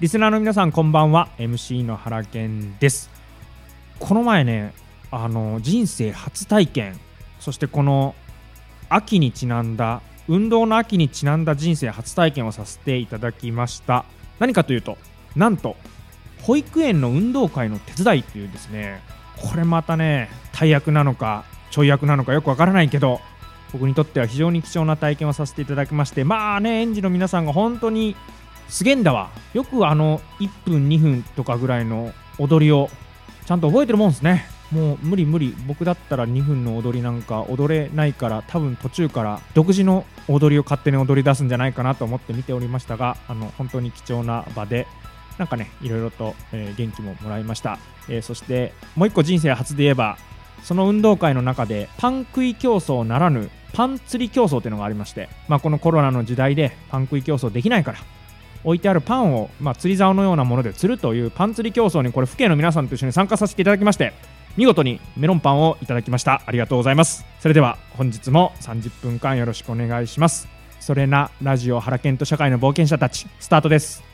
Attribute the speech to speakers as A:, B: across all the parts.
A: リスナーの皆さんこんばんは MC の原健ですこの前ねあの人生初体験そしてこの秋にちなんだ運動の秋にちなんだ人生初体験をさせていただきました何かというとなんと保育園の運動会の手伝いというですねこれまたね大役なのかちょい役なのかよくわからないけど僕にとっては非常に貴重な体験をさせていただきましてまあね園児の皆さんが本当にすげえんだわよくあの1分2分とかぐらいの踊りをちゃんと覚えてるもんですねもう無理無理僕だったら2分の踊りなんか踊れないから多分途中から独自の踊りを勝手に踊り出すんじゃないかなと思って見ておりましたがあの本当に貴重な場でなんかねいろいろと、えー元気ももらいました、えーそしてもう一個人生初で言えばその運動会の中でパン食い競争ならぬパン釣り競争というのがありまして、まあ、このコロナの時代でパン食い競争できないから置いてあるパンを、まあ、釣り竿のようなもので釣るというパン釣り競争にこれ府警の皆さんと一緒に参加させていただきまして見事にメロンパンをいただきましたありがとうございますそれでは本日も30分間よろしくお願いしますそれなラジオ原健と社会の冒険者たちスタートです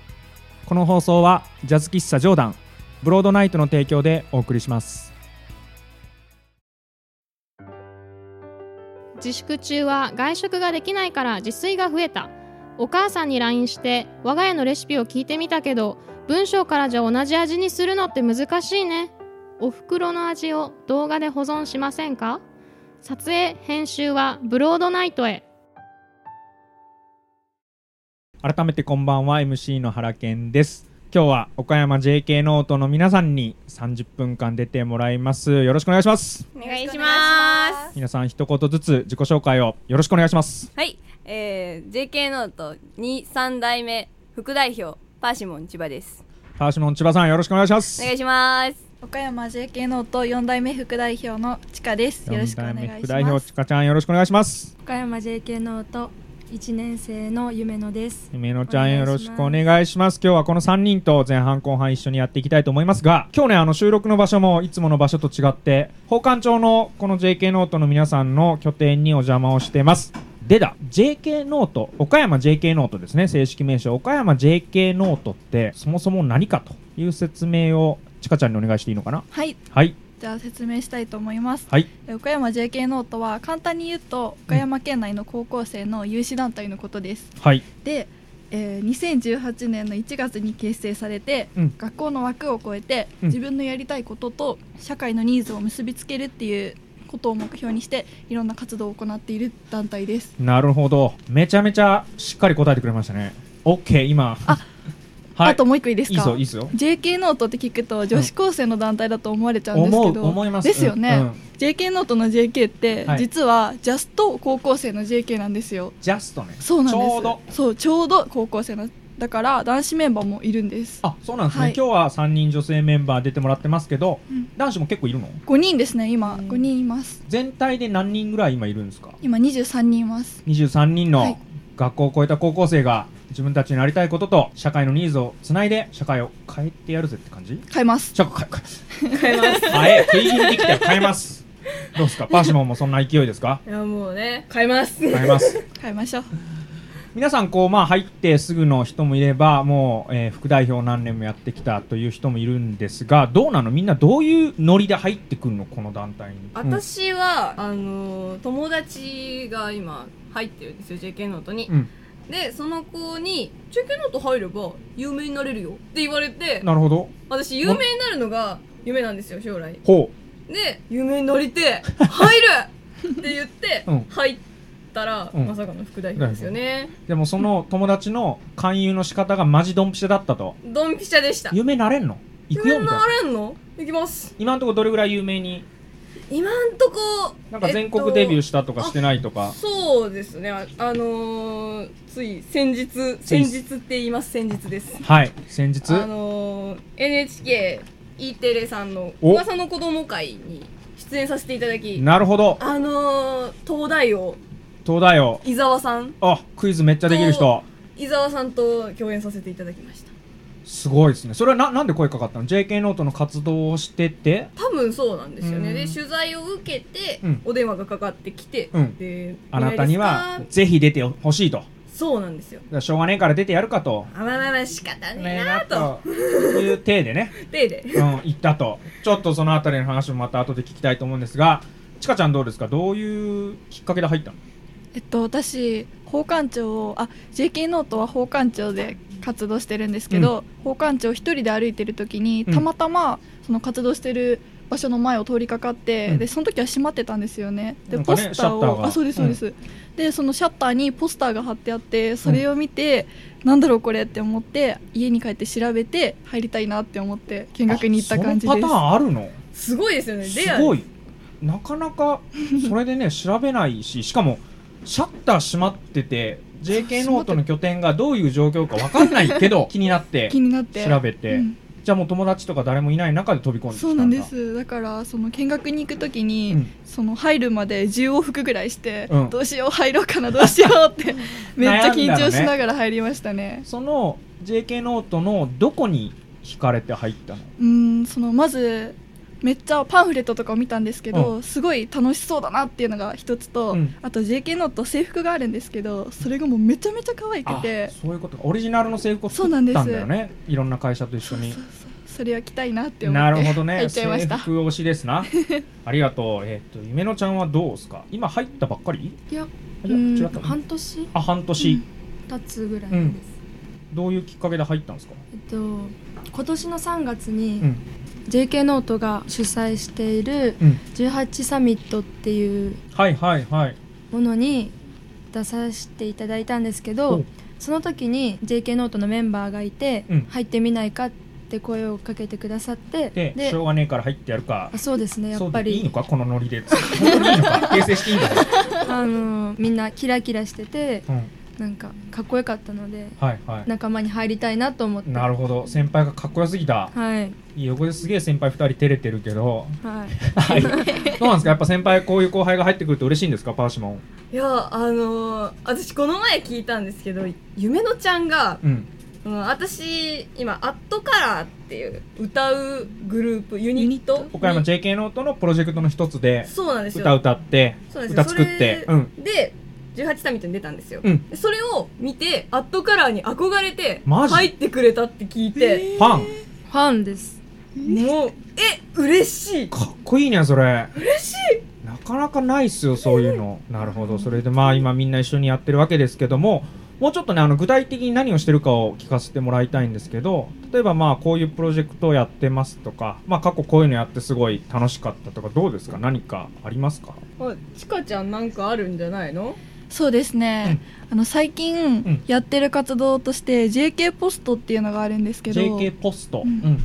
A: この放送はジャズ喫茶ジョーダンブロードナイトの提供でお送りします
B: 自粛中は外食ができないから自炊が増えたお母さんに LINE して我が家のレシピを聞いてみたけど文章からじゃ同じ味にするのって難しいねお袋の味を動画で保存しませんか撮影編集はブロードナイトへ
A: 改めてこんばんは MC の原健です今日は岡山 JK ノートの皆さんに30分間出てもらいますよろしくお願いします
C: お願いします。
A: 皆さん一言ずつ自己紹介をよろしくお願いします
C: はい、えー、JK ノート2、3代目副代表パーシモン千葉です。
A: パーシモン千葉さんよろしくお願いしま
C: お
A: す
C: 願いします。
D: 岡山 JK ノート4代目副代表のちかです。よろしくお願いし
A: 四代目
D: ま
A: 副代表
D: す。
A: ちかちゃんよろしくお願いします
E: 岡山 JK ノート1年生の夢野です
A: めのちゃんよ
E: お願
A: ろ
E: いします
A: しくお願いします今日はこの3人と前半後半一緒にやっていきたいと思いますが今日ねあの収録の場所もいつもの場所と違って宝冠町のこの JK ノートの皆さんの拠点にお邪魔をしてますでだ JK ノート岡山 JK ノートですね正式名称岡山 JK ノートってそもそも何かという説明をちかちゃんにお願いしていいのかな
D: はい、
A: はい
D: じゃあ説明したいと思います。
A: はい
D: え岡山 JK ノートは簡単に言うと岡山県内の高校生の有志団体のことです。
A: はい
D: で、えー、2018年の1月に結成されて、
A: うん
D: 学校の枠を超えて
A: うん
D: 自分のやりたいことと社会のニーズを結びつけるっていうことを目標にしていろんな活動を行っている団体です。
A: なるほどめちゃめちゃしっかり答えてくれましたね OK 今
D: あ
A: はい
D: あともう一個いいです
A: い
D: か？
A: いぞいいぞ
D: JK ノートって聞くと女子高生の団体だと思われちゃうんです
A: 思
D: け
A: う
D: ど、
A: 思います
D: ですよね、
A: うんうん
D: JK ノートの JK って、
A: はい
D: 実はジャスト高校生の JK なんですよ
A: ジャストね
D: そうなんです
A: ちょうど
D: そうちょうど高校生のだから男子メンバーもいるんです
A: あそうなんですね、
D: はい
A: 今日は3人女性メンバー出てもらってますけど、
D: うん
A: 男子も結構いるの
D: 5人ですね今5人います
A: 全体で何人ぐらい今いるんですか
D: 今23人います
A: 23人
D: は
A: の
D: い
A: 学校を超えた高校生が自分たちになりたいことと社会のニーズをつないで社会を変えてやるぜって感じ
D: 買います
A: 社会変えます変え食い気味に来て変えますどうですかパーシモンもそんな勢いですか
C: いやもうね、買います。
A: 変えます
D: 買いましょう
A: 皆さんこうまあ入ってすぐの人もいればもう、えー副代表を何年もやってきたという人もいるんですがどうなのみんなどういうノリで入ってくるのこの団体に
C: 私は、あのー友達が今入ってるんですよ、JK ノートに
A: う。ん、
C: で、その子に、JK ノート入れば有名になれるよって言われて
A: うん、なるほど
C: 私有名になるのが夢なんですよ、将来。
A: ほ
C: で、有名になりてえ、 入るって言って
A: うん、
C: 入ったら、
A: うん
C: まさかの副代表ですよね。
A: うでもその友達の勧誘の仕方がマジドンピシャだったと
C: ドンピシャでした。
A: 有名なれんの行くよ
C: 有名
A: みたい
C: な
A: な
C: れんの行きます。
A: 今のところどれぐらい有名に
C: 今んとこ、
A: なんか全国デビュー
C: し
A: したとかしてないとか、
C: そうですね。あ、あのー、つい先日、
A: つい
C: 先日って言います、先日です。
A: はい先日
C: あのー、NHKE テレさんの
A: お
C: 噂の子供会に出演させていただき、
A: なるほど
C: あのー、東大王、
A: 東大王
C: 伊沢さん、
A: あクイズめっちゃできる人
C: 伊沢さんと共演させていただきました。
A: すごいですねそれはななんで声かかったの JK ノートの活動をしてて
C: 多分そうなんですよ
A: う
C: ね
A: ん
C: で取材を受けて
A: うん
C: お電話がかかってきて、
A: うん
C: で
A: あなたには
C: どうです
A: ぜひ出てほしいと
C: かそうなんですよ
A: らしょうがねえから出てやるかと。
C: あまあまあまあ仕方ねえなと
A: という体でね、
C: 手で
A: うん、言ったと。ちょっとそのあたりの話もまた後で聞きたいと思うんですが、ちかちゃんどうですかどういうきっかけで入ったの
D: えっと、私法館長をあ JK ノートは法館長で活動してるんですけど、法館長一人で歩いてる時に
A: うん
D: たまたまその活動してる場所の前を通りかかって、
A: うん
D: でその時は閉まってたんですよねで
A: なんか
D: ポ
A: ね
D: スター
A: シャッター
D: を
A: が
D: あそうですそうです、でそのシャッターにポスターが貼ってあってそれを見て、なんだろうこれって思って家に帰って調べて入りたいなって思って見学に行った感じで
A: あ
D: す
A: そのパターンあるの
C: すごいですよねレア
A: すごいなかなかそれでね 調べないししかもシャッター閉まってて JK ノートの拠点がどういう状況かわかんないけど気になって
D: 気になって
A: 調べて、
D: うん
A: じゃあもう友達とか誰もいない中で飛び込んできた
D: そうん
A: だ
D: なんですだからその見学に行く時に、
A: うん
D: その入るまで10往復ぐらいして、
A: うん
D: どうしよう入ろうかなどうしようって めっちゃ緊張しながら入りましたね
A: その JK ノートのどこに惹かれて入ったの
D: うんそのまずめっちゃパンフレットとかを見たんですけど、
A: う
D: すごい楽しそうだなっていうのが一つと、
A: うん
D: あと JK ノート制服があるんですけどそれがもうめちゃめちゃ可愛くて
A: そういうことかオリジナルの制服を
D: そう
A: 作
D: なんで
A: っ
D: す
A: たんだよねいろんな会社と一緒
D: そうそう
A: に
D: そうそれは着たいなって思って
A: なるほど
D: 入
A: ね
D: っち
A: 制
D: ゃいました
A: 服推しです なありがとうえっ、と夢のちゃんはどうですか今入ったばっかり
F: いや
A: いうや違
F: ん
A: った
F: 半年
A: あ半年、
F: 経つぐらいです、
A: どういうきっかけで入ったんですか、
F: えっと今年の3月に、
A: ん
F: JK ノートが主催している
A: うん、
F: 18サミットっていう
A: はいはいはい
F: ものに出させていただいたんですけど
A: お
F: その時に JK ノートのメンバーがいて、
A: うん
F: 入ってみないかって声をかけてくださって
A: でしょうがねえから入ってやるか
F: あそうですねやっぱ
A: そうでいいの
F: り
A: かこのノリで本当にいい のか訂正していいのか、
F: あのみんなキラキラしてて
A: うん、
F: なんかかっこよかったので
A: はいはい
F: 仲間に入りたいなと思って
A: なるほど先輩がかっこよすぎた
F: はい
A: いい横ですげえ先輩2人照れてるけ ど
F: はい
A: はいどうなんですかやっぱ先輩こういう後輩が入ってくると嬉しいんですかパーシモン
C: いやあのー私この前聞いたんですけど夢のちゃんが、
A: うん
C: うん、私今「アットカラーっていう歌うグループユニット
A: 岡山 JK ノートのプロジェクトの一つで
C: そうなんですよ
A: 歌歌って
C: そうなんですよ
A: 歌作って
C: それ
A: うん
C: で18サミットに出たんですよ、
A: うん
C: でそれを見てアットカラーに憧れて
A: マジ
C: 入ってくれたって聞いて、
A: ファン
F: ファンです
C: もうえ嬉しい
A: かっこいいねそれ嬉しいなかなかないっすよそういうのなるほどそれでまあ今みんな一緒にやってるわけですけどももうちょっとねあの具体的に何をしてるかを聞かせてもらいたいんですけど例えばまあこういうプロジェクトをやってますとかまあ過去こういうのやってすごい楽しかったとかどうですか何かありますか
C: あちかちゃんなんかあるんじゃないの
D: そうですね、あの最
A: ん
D: 近やってる活動として JK ポストっていうのがあるんですけど、
A: JK ポスト、う
D: うん
A: ん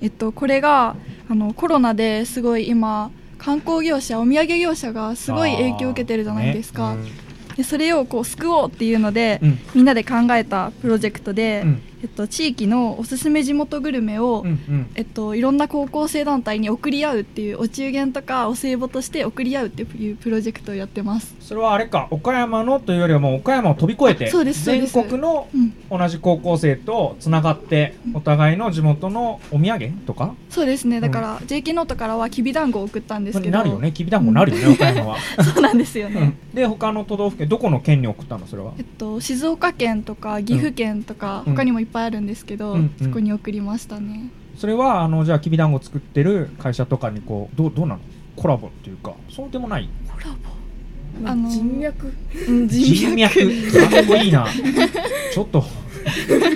D: えっと、これがあのコロナですごい今観光業者お土産業者がすごい影響を受けてるじゃないですか、
A: あーね
D: でそれをこう救おうっていうので、
A: うん
D: みんなで考えたプロジェクトで、
A: うん
D: えっと、地域のおすすめ地元グルメを、
A: うんうん
D: えっと、いろんな高校生団体に送り合うっていうお中元とかお歳暮として送り合うっていうプロジェクトをやってます。
A: それはあれか岡山のというよりはもう岡山を飛び越えて
D: あそうですそうで
A: 全
D: す
A: 国の
D: うん、
A: 同じ高校生とつながってお互いの地元のお土産とか
D: そうですねだから JK ノートからはきびだんごを送ったんですけど
A: なるよねきびだんごなるよね岡山は、
D: そうなんですよ
A: うん
D: ね、
A: で他の都道府県どこの県に送ったのそれは
D: えっと、静岡県とか岐阜県とか、
A: うん
D: 他にもいっぱいあるんですけど、
A: うんうん
D: そこに送りましたね、
A: それはあのじゃあきびだんご作ってる会社とかにこうどうどうなのコラボっていうかそうでもない
D: あの
C: 人脈
D: うん
A: 人脈かっこいい なちょっと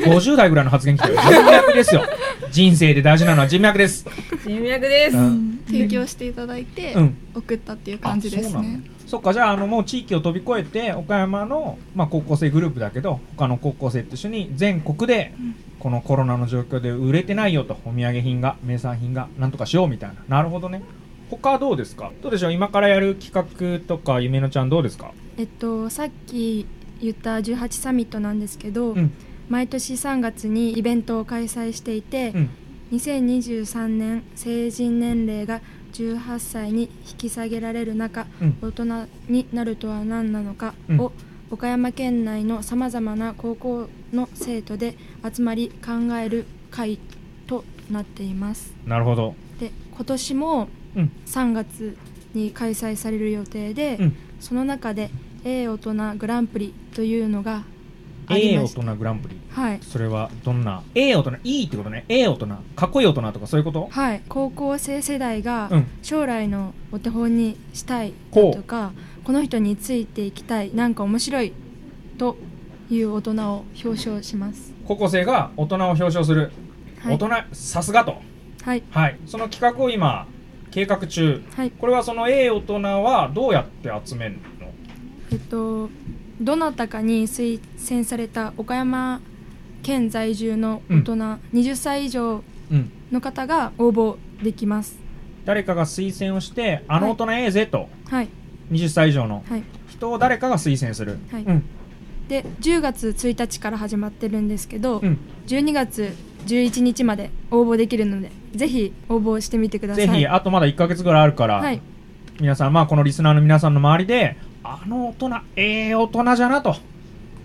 A: 50代ぐらいの発言きたよ人脈ですよ人生で大事なのは人脈です
C: 人脈です、
A: う
D: うんん提供していただいて、
A: うん
D: 送ったっていう感じです
A: あそうなの
D: ね
A: そっかじゃああのもう地域を飛び越えて岡山の、まあ、高校生グループだけど他の高校生と一緒に全国でこのコロナの状況で売れてないよとお土産品が名産品がなんとかしようみたいななるほどね他はどうですかどうでしょう今からやる企画とか夢のちゃんどうですか
F: えっとさっき言った18サミットなんですけど、
A: うん
F: 毎年3月にイベントを開催していて、
A: うん
F: 2023年成人年齢が18歳に引き下げられる中、
A: うん
F: 大人になるとは何なのか
A: うん
F: を岡山県内のさまざまな高校の生徒で集まり考える会となっています
A: なるほど
F: で今年も
A: うん
F: 3月に開催される予定で、
A: うん
F: その中で A 大人グランプリというのがあり
A: A
F: ま
A: 大
F: した
A: 人グランプリ
F: はい
A: それはどんな A 大人いいってことね A 大人かっこいい大人とかそういうこと
F: はい高校生世代が
A: うん
F: 将来のお手本にしたい
A: ほう
F: とかこの人についていきたいなんか面白いという大人を表彰します
A: 高校生が大人を表彰する、
F: はい
A: 大人さすがと
F: はい
A: はいその企画を今計画中
F: はい
A: これはその A 大人はどうやって集めるの
F: えっとどなたかに推薦された岡山県在住の大人、20歳以上
A: うん
F: の方が応募できます
A: 誰かが推薦をしてあの大人ええぜと
F: はい
A: 20歳以上の
F: はい
A: 人を誰かが推薦する、
F: はい
A: うん
F: で10月1日から始まってるんですけど、
A: うん
F: 12月11日まで応募できるのでぜひ応募してみてください
A: ぜひあとまだ1か月ぐらいあるから、
F: はい
A: 皆さんまあこのリスナーの皆さんの周りであの大人ええ大人じゃなと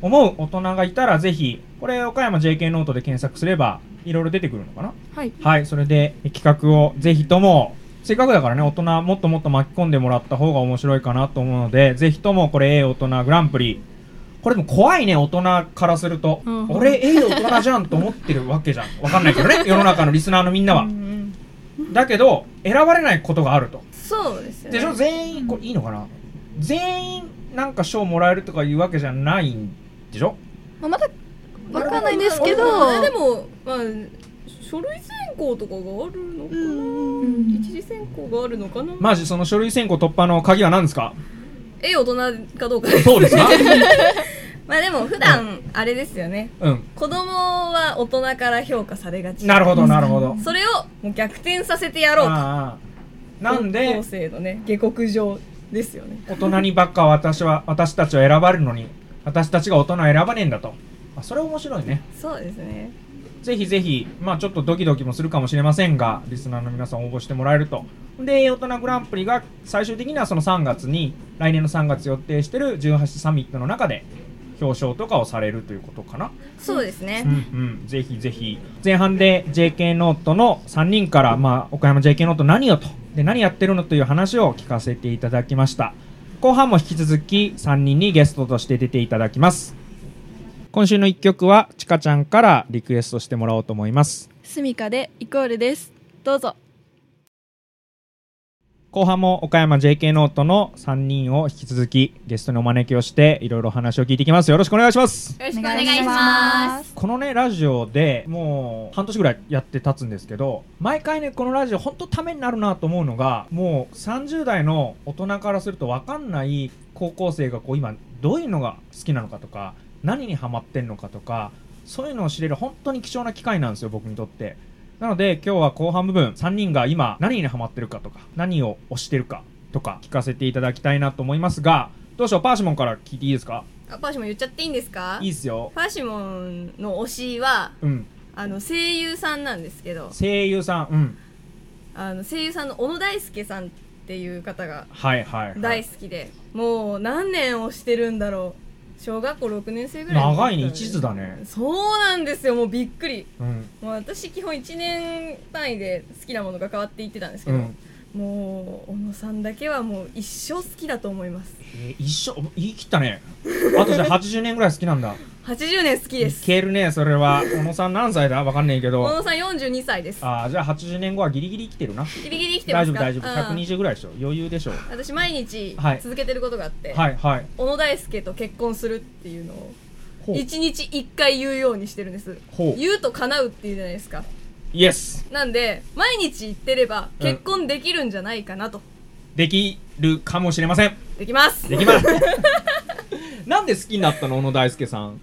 A: 思う大人がいたらぜひこれ岡山 JK ノートで検索すればいろいろ出てくるのかな
F: はい
A: はいそれでえ企画をぜひともせっかくだからね大人もっともっと巻き込んでもらった方が面白いかなと思うのでぜひともこれええ大人グランプリこれでも怖いね大人からすると、
F: うん
A: 俺ええ大人じゃんと思ってるわけじ ゃんわかんないけどね世の中のリスナーのみんなは、だけど選ばれないことがあると
C: そうですよ
A: で
C: ね
A: しょ全員これいいのかな全員なんか賞もらえるとかいうわけじゃないんでしょ
D: まあ、まだわかんないですけど
C: まあでも、まあ、書類選考とかがあるのかな、
F: うん
C: 一次選考があるのかな、
A: マジその書類選考突破の鍵は何ですか
C: ええ大人かどうかです
A: そうですか
C: まあでも普段あれですよね
A: うん
C: 子供は大人から評価されがち
A: なるほどなるほど
C: それをもう逆転させてやろうと
A: ああなん
C: 高
A: で
C: 校生のね下克上ですよね
A: 大人にばっか私は私たちは選ばれるのに私たちが大人を選ばねえんだとあそれ面白いね
C: そうですね
A: ぜひぜひ、まあちょっとドキドキもするかもしれませんが、リスナーの皆さん応募してもらえると。で、大人グランプリが最終的にはその3月に、来年の3月予定してる18サミットの中で表彰とかをされるということかな。
C: そうですね、
A: うんうん、ぜひぜひ前半で JK ノートの3人から、まあ、岡山 JK ノート何をとで何やってるのという話を聞かせていただきました後半も引き続き3人にゲストとして出ていただきます今週の1曲はちかちゃんからリクエストしてもらおうと思います
D: スミカでイコールですどうぞ
A: 後半も岡山 JK ノートの3人を引き続きゲストにお招きをしていろいろお話を聞いていきますよろしくお願いします
C: よろしくお
D: お
C: 願
D: 願
C: い
D: い
C: し
D: し
C: ま
D: ます
A: このねラジオでもう半年ぐらいやって経つんですけど毎回ねこのラジオ本当ためになるなと思うのがもう30代の大人からすると分かんない高校生がこう今どういうのが好きなのかとか何にハマってんのかとかそういうのを知れる本当に貴重な機会なんですよ僕にとってなので今日は後半部分3人が今何にハマってるかとか何を推してるかとか聞かせていただきたいなと思いますがどうしようパーシモンから聞いていいですか
C: あパーシモン言っちゃっていいんですか
A: いいっすよ
C: パーシモンの推しは
A: うん
C: あの声優さんなんですけど
A: 声優さんうん
C: あの声優さんの小野大輔さんっていう方が
A: はいはい、はい、
C: 大好きで、もう何年をしてるんだろう小学校6年生ぐらいの時
A: 長いね一途だね、
C: そうなんですよもうびっくり
A: うん
C: もう私基本1年単位で好きなものが変わっていってたんですけ
A: う
C: ど、
A: ん
C: もう小野さんだけはもう一生好きだと思います
A: えー一緒言い切ったね あとじゃあ80年ぐらい好きなんだ
C: 80年好き
A: い
C: です
A: けるねそれは小野さん何歳だわかんねえけ
C: 小
A: ど
C: 野さん42歳です
A: あーじゃあ80年後はギリギリ生きてるな
C: ギリギリ生きて
A: 大
C: ま
A: 丈
C: す
A: 夫
C: か
A: 大丈夫
C: うん
A: 120ぐらいでしょ余裕でしょ
C: 私毎日
A: はい
C: 続けてることがあって、
A: はいはい
C: 小野大輔と結婚するっていうのを
A: ほう
C: 1日1回言うようにしてるんです
A: ほう
C: 言うと叶うっていうじゃないですか
A: イエス
C: なんで毎日言ってれば
A: うん
C: 結婚できるんじゃないかなと、
A: できるかもしれません
C: できます
A: でき ますなんで好きになったの小野大輔さん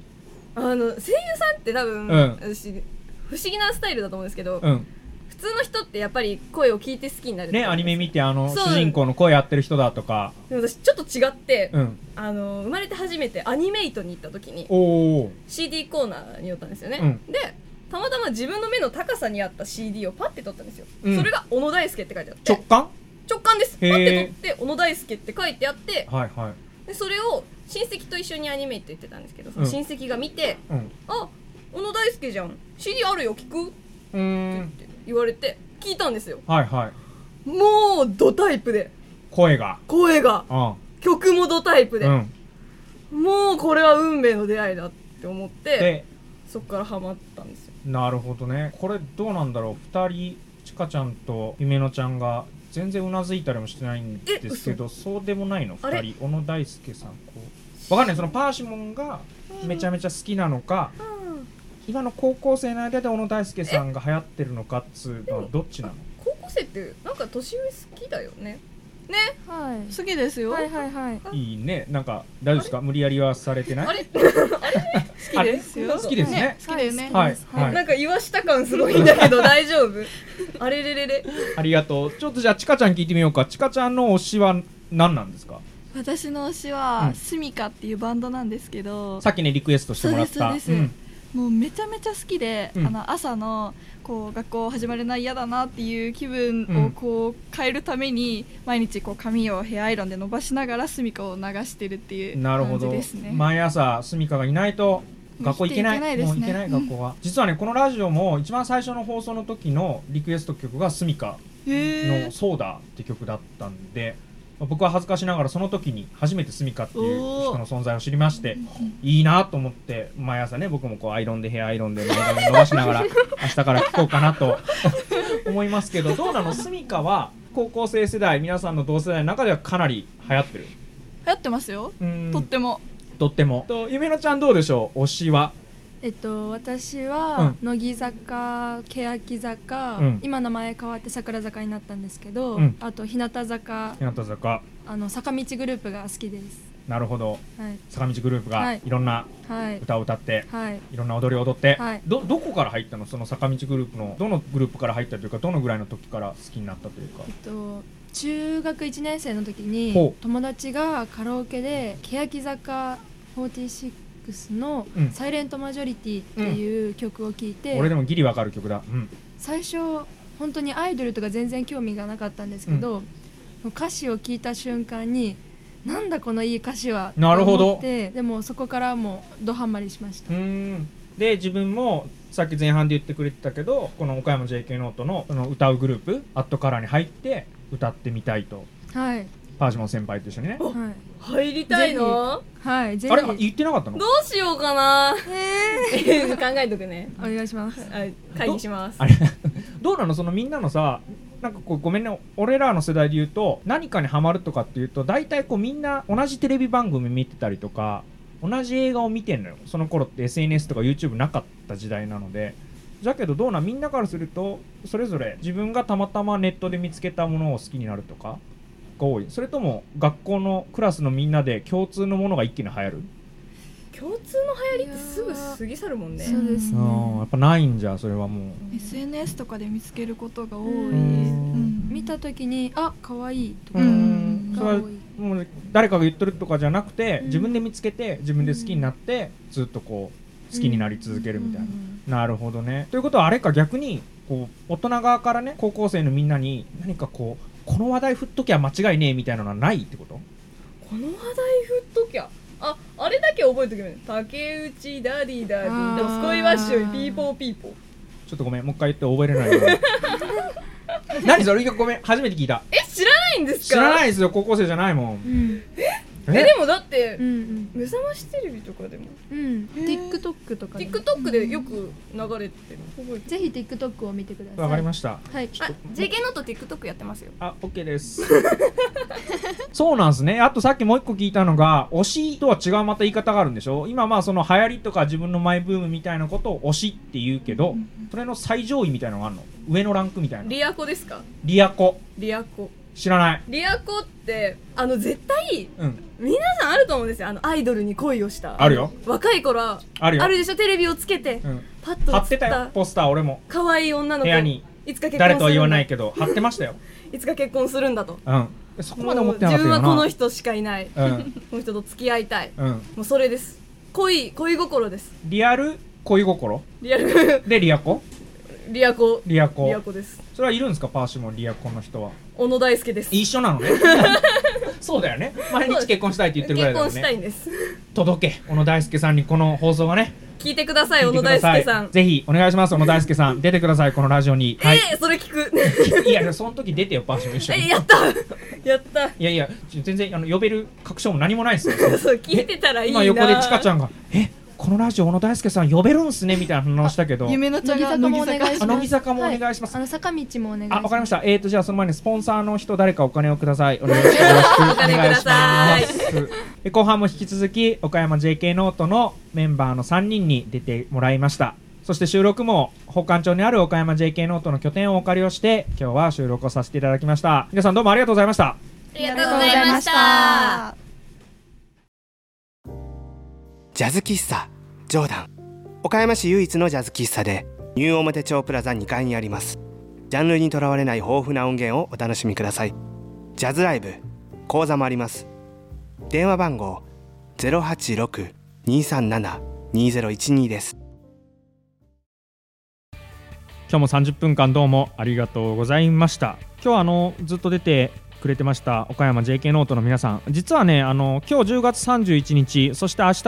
C: あの声優さんって多分、
A: うん
C: 私不思議なスタイルだと思うんですけど、
A: うん
C: 普通の人ってやっぱり声を聞いて好きになる
A: ねアニメ見てあの
C: そう
A: 主人公の声やってる人だとか
C: でも私ちょっと違って、
A: うん
C: あの生まれて初めてアニメイトに行った時に
A: おお
C: CD コーナーに寄ったんですよね、
A: う
C: でたまたま自分の目の高さに合った CD をパッて取ったんですよ、
A: うん
C: それが「小野大輔」って書いてあって
A: 直感
C: 直感ですパ
A: へー
C: ッて取って「小野大輔」って書いてあって
A: はいはい
C: でそれを親戚と一緒にアニメイト行ってたんですけどその
A: うん
C: 親戚が見て
A: うん
C: 「あ小野大輔じゃん CD あるよ聞く?」って
A: うーん
C: 言われて聞いたんですよ
A: はいはい
C: もうドタイプで
A: 声が
C: 声が
A: うん
C: 曲もドタイプで、
A: うん
C: もうこれは運命の出会いだっって思って
A: で
C: そこからハマったんですよ
A: なるほどねこれどうなんだろう2人ちかちゃんとゆめのちゃんが全然うなずいたりもしてないんですけどそうでもないの
C: あれ
A: 2人小野大輔さんこうわかんないそのパーシモンがめちゃめちゃ好きなのか、今の高校生の間で小野大輔さんが流行ってるのかっつうのはどっちなの
C: 高校生ってなんか年上好きだよね
F: はい
D: 好きですよ、
F: はいはいはい
A: いいねなんか大丈夫ですか無理やりはされてない
C: あれ
A: あれ
D: ですよ
A: 好きですね
D: 好きだよね、
A: はいはい、
C: なんか言わした感すごいんだけど大丈夫 あれれれれ
A: ありがとうちょっとじゃあちかちゃん聞いてみようかちかちゃんの推しは何なんですか
D: 私の推し
A: う
D: は
A: ん
D: スミカっていうバンドなんですけど
A: さっきねリクエストしてもらった
D: そうですそうですもうめちゃめちゃ好きで、
A: うん
D: あの朝のこう学校始まるな嫌だなっていう気分
A: うん
D: をこう変えるために、毎日こう髪をヘアアイロンで伸ばしながらスミカを流してるっていう
A: なるほ
D: 感じ
A: ど
D: ですね。
A: 毎朝スミカがいないと学校行けない
D: もう行けないですね
A: もう行けない学校は、実はねこのラジオも一番最初の放送の時のリクエスト曲がスミカ
D: へ
A: の「
D: ー
A: ソーダ」って曲だったんでまあ僕は恥ずかしながらその時に初めてスミカっていう人の存在を知りましていいなと思って毎朝ね僕もこうアイロンでヘアアイロンで前髪伸ばしな がら明日から聴こうかなと思いますけどどうなのスミカは高校生世代皆さんの同世代の中ではかなり流行ってる
D: 流行ってますよ、
A: うーん
D: とっても
A: とってもとゆめのちゃんどうでしょう推しは
F: えっと私
A: うん
F: は乃木坂欅坂、
A: うん
F: 今名前変わって桜坂になったんですけど、
A: うん
F: あと日向坂
A: 日向坂
F: あの坂道グループが好きです
A: なるほど
F: はい
A: 坂道グループが
F: はい
A: いろんな
F: はい
A: 歌を歌って、
F: はい
A: いろんな踊りを踊って、
F: はい
A: どどこから入ったのその坂道グループのどのグループから入ったというかどのぐらいの時から好きになったというか
F: えっと中学1年生の時
A: ほ
F: に友達がカラオケで欅坂46の
A: うん
F: 「サイレントマジョリティっていう曲を聴いて、
A: 俺でもギリわかる曲だうん
F: 最初本当にアイドルとか全然興味がなかったんですけど、歌詞を聞いた瞬間になんだこのいい歌詞は
A: なるほど
F: と思ってでもそこからもうドハマりしまし
A: う
F: た、
A: ーんで自分もさっき前半で言ってくれてたけどこの岡山 JK ノートのその歌うグループ「アットカラーに入って歌ってみたいと
F: はい
A: パーシモン先輩と一緒にね
F: はい
C: 入りたいの
F: はいぜ
A: あれ
F: ひ
A: 言ってなかったの
C: どうしようかな 考えとくね
F: お願いします
C: はい会議します
A: あれどうなのそのみんなのさなんかこうごめんね俺らの世代で言うと何かにハマるとかっていうと大体こうみんな同じテレビ番組見てたりとか同じ映画を見てんのよその頃って SNS とか YouTube なかった時代なのでだけどどうなんみんなからするとそれぞれ自分がたまたまネットで見つけたものを好きになるとかが多いそれとも学校のクラスのみんなで共通のものが一気に流行る、
C: 共通の流行りってすぐ過ぎ去るもんね
F: そうですね
A: うん、やっぱないんじゃそれはも
D: SNS とかで見つけることが多い、
F: うん
D: うん
F: 見た時にあ可愛い
A: う
F: とか
A: う
D: うんん
A: そ
F: が
A: れ
F: 多
A: はいもう誰かが言ってるとかじゃなくて、
F: うん
A: 自分で見つけて自分で好きになって、ずっとこう好きになり続けるみたいな、
F: うん
A: なるほどねということはあれか逆にこう大人側からね高校生のみんなに何かこうこの話題振っときゃ間違いねえみたいなのはないってこと
C: この話題振っときゃああれだけ覚えとけばいいの竹内ダディダディ
F: あー
C: でもスコイワッシュピーポーピーポー
A: ちょっとごめんもう一回言って覚えれないな何それごめん初めて聞いた
C: え知らないんですか
A: 知らないですよ高校生じゃないも
F: うんん
A: え
C: えでもだって
F: うんうん
C: 目覚ましテレビとかでも
F: うん、TikTok とかで
C: TikTok でよく流れてる覚えて
F: ぜひ TikTok を見てください
A: わかりました
F: はい
G: あ JK ノート TikTok やってますよ
A: あ、オッケーです。 そうなんですね。あとさっきもう一個聞いたのが、推しとは違うまた言い方があるんでしょ今まあその流行りとか自分のマイブームみたいなことを推しって言うけど、それの最上位みたいなのがあるの上のランクみたいな。
C: リアコですか
A: リアコ。
C: リアコ
A: 知らない。
C: リアコってあの絶対
A: うん。
C: 皆さんあると思うんですよあのアイドルに恋をした
A: あるよ。
C: 若い頃は
A: あるよ。
C: あるでしょテレビをつけて
A: うん。
C: パッと
A: 貼
C: 映
A: って
C: った
A: よ、ポスター俺も。
C: 可愛い女の
A: 部
C: 子
A: 屋に。
C: いつか結婚するんだ
A: 誰とは言わないけど、貼ってましたよ。
C: いつか結婚するんだと
A: うん。そこまで思ってなか
C: もう
A: った
C: 自
A: よな。
C: 分はこの人しかいない、
A: うん。
C: この人と付き合いたい
A: うん。
C: もうそれです恋恋心です
A: リアル恋心
C: リアル
A: でリアコ
C: リアコ
A: リアコ
C: リアコです
A: それはいるんですかパーシモンリアコの人は。
C: 小野大輔です
A: 一緒なの ねそうだよね毎日結婚したいって言ってるぐらい
C: 結
A: だよ
C: 婚した
A: ね
C: いんです
A: 届け小野大輔さんにこの放送がね
C: 聞いてください
A: 聞い
C: 小
A: て
C: 野
A: くだ
C: 大
A: さい
C: 輔さん
A: ぜひお願いします小野大輔さん出てくださいこのラジオにはい
C: えー、それ聞く
A: いやいやその時出てよパーション一緒に
C: えやったやった
A: いやいやちょ全然あの呼べる確証も何もないですよ
C: そう聞いてたらいいな
A: 今横でちかちゃんが「えこのラジオ小野大輔さん呼べるんすねみたいな話したけど
D: 夢の茶が
F: 乃
D: 乃木
F: 木坂もお願い
A: あ
D: 坂
F: します
A: 乃木坂もお願いします、
F: あの坂道もお願いします
A: あ、わかりました。えっ、と、じゃあ、その前にスポンサーの人、誰かお金をください。お願いします。お願いします。で後半も引き続き、岡山 JK ノートのメンバーの3人に出てもらいました。そして収録も、保管町にある岡山 JK ノートの拠点をお借りをして、今日は収録をさせていただきました。皆さんどうもありがとうございました。
C: ありがとうございました。
H: ジャズ喫茶ジョーダン岡山市唯一のジャズ喫茶でニュー表町プラザ2階にありますジャンルにとらわれない豊富な音源をお楽しみくださいジャズライブ講座もあります電話番号086-237-2012です
A: 今日も30分間どうもありがとうございました今日あのずっと出てくれてました岡山 JK ノートの皆さん実はねあの今日10月31日そして明日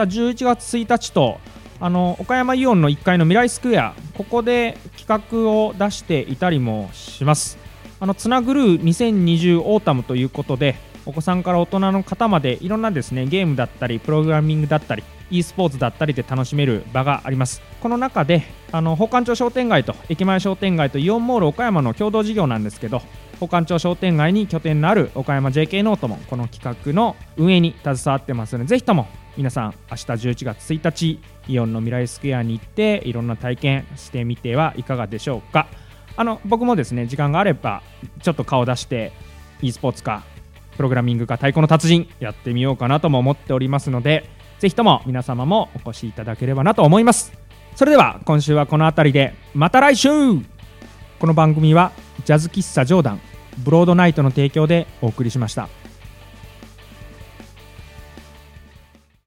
A: 11月1日とあの岡山イオンの1階の未来スクエアここで企画を出していたりもしますあのつなぐるー2020オータムということでお子さんから大人の方までいろんなですねゲームだったりプログラミングだったり e スポーツだったりで楽しめる場がありますこの中であの宝冠町商店街と駅前商店街とイオンモール岡山の共同事業なんですけど宝冠町商店街に拠点のある岡山 JK ノートもこの企画の運営に携わってますのでぜひとも皆さん明日11月1日イオンの未来スクエアに行っていろんな体験してみてはいかがでしょうかあの僕もですね時間があればちょっと顔出して e スポーツかプログラミングか太鼓の達人やってみようかなとも思っておりますのでぜひとも皆様もお越しいただければなと思いますそれでは今週はこの辺りでまた来週この番組はジャズ喫茶ジョーダンブロードナイトの提供でお送りしました